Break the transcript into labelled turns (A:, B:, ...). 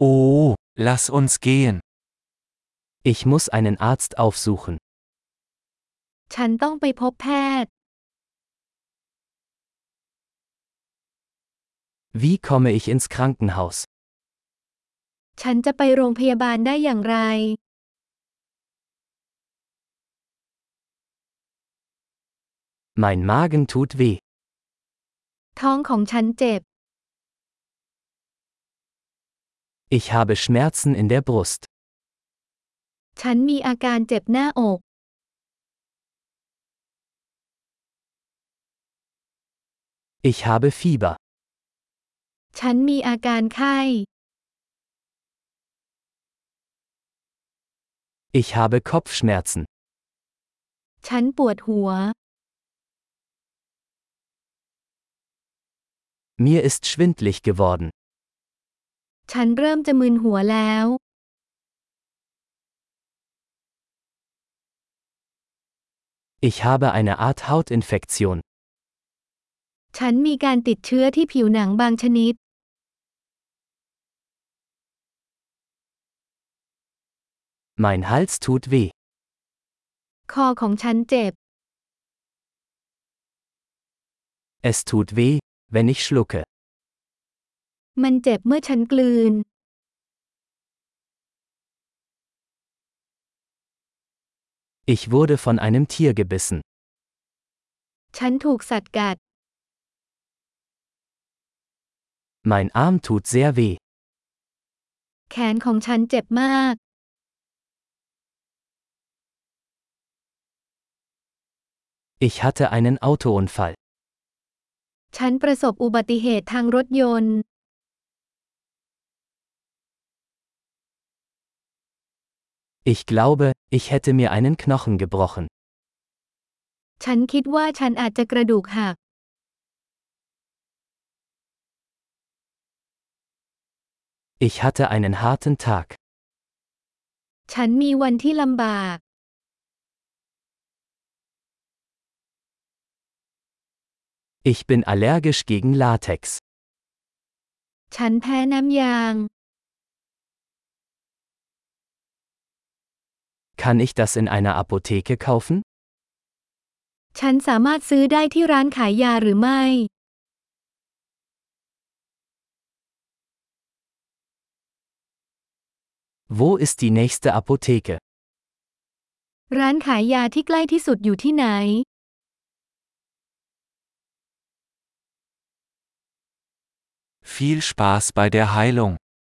A: Oh, Lass uns gehen.
B: Ich muss einen Arzt aufsuchen.
C: ฉันต้องไปพบแพทย์
B: Wie komme ich ins Krankenhaus?
C: ฉันจะไปโรงพยาบาลได้อย่างไร
B: Mein Magen tut weh.
C: ท้องของฉันเจ็บ
B: Ich habe Schmerzen in der Brust.
C: ฉันมีอาการเจ็บหน้าอก
B: Ich habe Fieber.
C: ฉันมีอาการไข้
B: Ich habe Kopfschmerzen.
C: ฉันปวดหัว
B: Mir ist schwindlig geworden.
C: ฉันเริ่มจะมึนหัวแล้ว
B: Ich habe eine Art Hautinfektion.
C: ฉันมีการติดเชื้อที่ผิวหนังบางชนิด
B: Mein Hals tut weh.
C: คอของฉันเจ็บ
B: Es tut weh, wenn ich schlucke.
C: มันเจ็บเมื่อฉันกลืน
B: Ich wurde von einem Tier gebissen.
C: ฉันถูกสัตว์กัด
B: Mein Arm tut sehr weh.
C: แขนของฉันเจ็บมาก
B: Ich hatte einen Autounfall.
C: ฉันประสบอุบัติเหตุทางรถยนต์
B: Ich glaube, ich hätte mir einen Knochen gebrochen.
C: ฉันคิดว่าฉันอาจจะกระดูกหัก
B: Ich hatte einen harten Tag.
C: ฉันมีวันที่ลำบาก
B: Ich bin allergisch gegen Latex.
C: ฉันแพ้น้ำยาง
B: Kann ich das in einer Apotheke kaufen?
C: ฉันสามารถซื้อได้ที่ร้านขายยาหรือไม่
B: Wo ist die nächste Apotheke?
C: ร้านขายยาที่ใกล้ที่สุดอยู่ที่ไหน
A: Viel Spaß bei der Heilung.